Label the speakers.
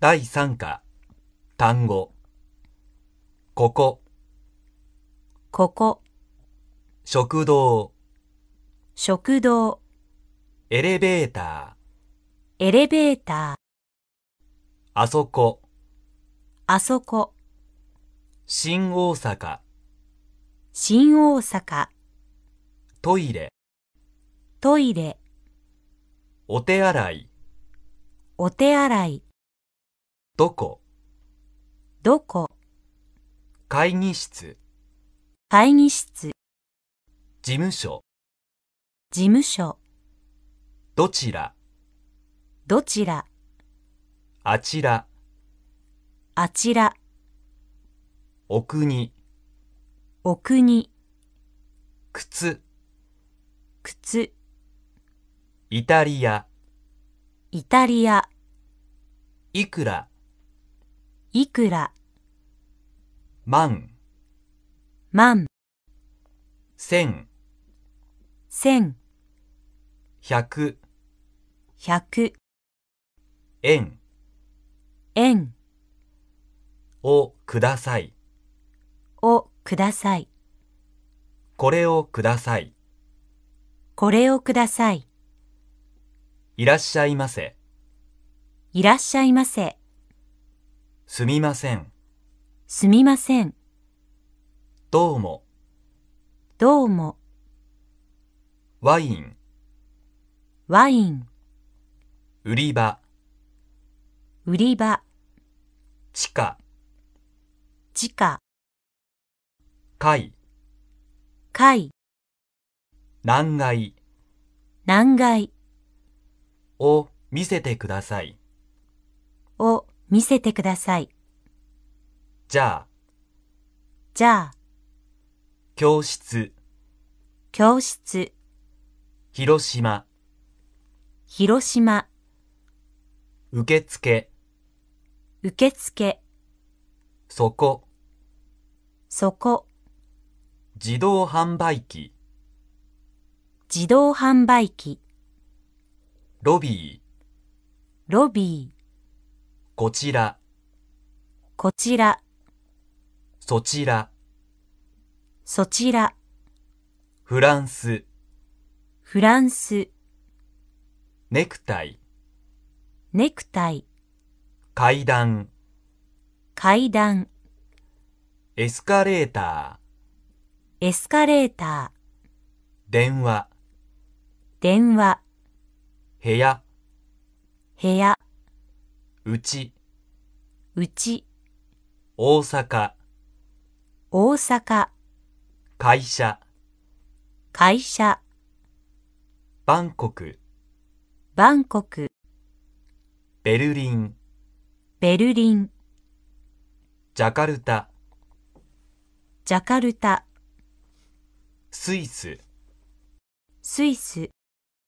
Speaker 1: 第3課、単語。ここ、
Speaker 2: ここ、
Speaker 1: 食堂、
Speaker 2: 食堂、
Speaker 1: エレベータ
Speaker 2: エレベーター、
Speaker 1: ー、あそこ、
Speaker 2: あそこ、
Speaker 1: 新大阪、
Speaker 2: 新大阪、
Speaker 1: トイレ、
Speaker 2: トイレ、
Speaker 1: お手洗い、
Speaker 2: お手洗い、
Speaker 1: どこ、
Speaker 2: どこ、
Speaker 1: 会議室、
Speaker 2: 会議室、
Speaker 1: 事務所、
Speaker 2: 事務所、
Speaker 1: どちら、
Speaker 2: どちら、
Speaker 1: あちら、
Speaker 2: あちら、
Speaker 1: お国、
Speaker 2: お国、
Speaker 1: 靴、
Speaker 2: 靴、
Speaker 1: イタリア、
Speaker 2: イタリア、
Speaker 1: いくら、
Speaker 2: いくら、
Speaker 1: 万、
Speaker 2: 万、
Speaker 1: 千、
Speaker 2: 千、
Speaker 1: 百、
Speaker 2: 百、
Speaker 1: 円
Speaker 2: 円
Speaker 1: をください。
Speaker 2: をください。
Speaker 1: これをください。
Speaker 2: これをください。
Speaker 1: いらっしゃいませ。
Speaker 2: いらっしゃいませ。
Speaker 1: すみません。
Speaker 2: すみません。
Speaker 1: どうも。
Speaker 2: どうも、
Speaker 1: ワイン、
Speaker 2: ワイン、
Speaker 1: 売り場、
Speaker 2: 売り場、
Speaker 1: 地下、
Speaker 2: 地下、
Speaker 1: 階、
Speaker 2: 階、
Speaker 1: 難階
Speaker 2: 南外
Speaker 1: を見せてください。
Speaker 2: を見せてください。
Speaker 1: じゃあ、
Speaker 2: じゃあ、
Speaker 1: 教室、
Speaker 2: 教室、
Speaker 1: 広島、
Speaker 2: 広島、
Speaker 1: 受付、
Speaker 2: 受付、
Speaker 1: そこ、
Speaker 2: そこ、
Speaker 1: 自動販売機、
Speaker 2: 自動販売機、
Speaker 1: ロビー、
Speaker 2: ロビー、
Speaker 1: こちら、
Speaker 2: こちら、
Speaker 1: そちら、
Speaker 2: そちら、
Speaker 1: フランス、
Speaker 2: フランス、
Speaker 1: ネクタイ、
Speaker 2: ネクタイ、
Speaker 1: 階段、
Speaker 2: 階段、
Speaker 1: エスカレータ
Speaker 2: エスカレーター、
Speaker 1: ー、電話、
Speaker 2: 電話、
Speaker 1: 部屋、
Speaker 2: 部屋、
Speaker 1: うち、
Speaker 2: うち、
Speaker 1: 大阪、
Speaker 2: 大阪、
Speaker 1: 会社、
Speaker 2: 会社、
Speaker 1: バンコク、
Speaker 2: バンコク、
Speaker 1: ベルリン、
Speaker 2: ベルリン、
Speaker 1: ジャカルタ、
Speaker 2: ジャカルタ、
Speaker 1: スイス。
Speaker 2: スイス、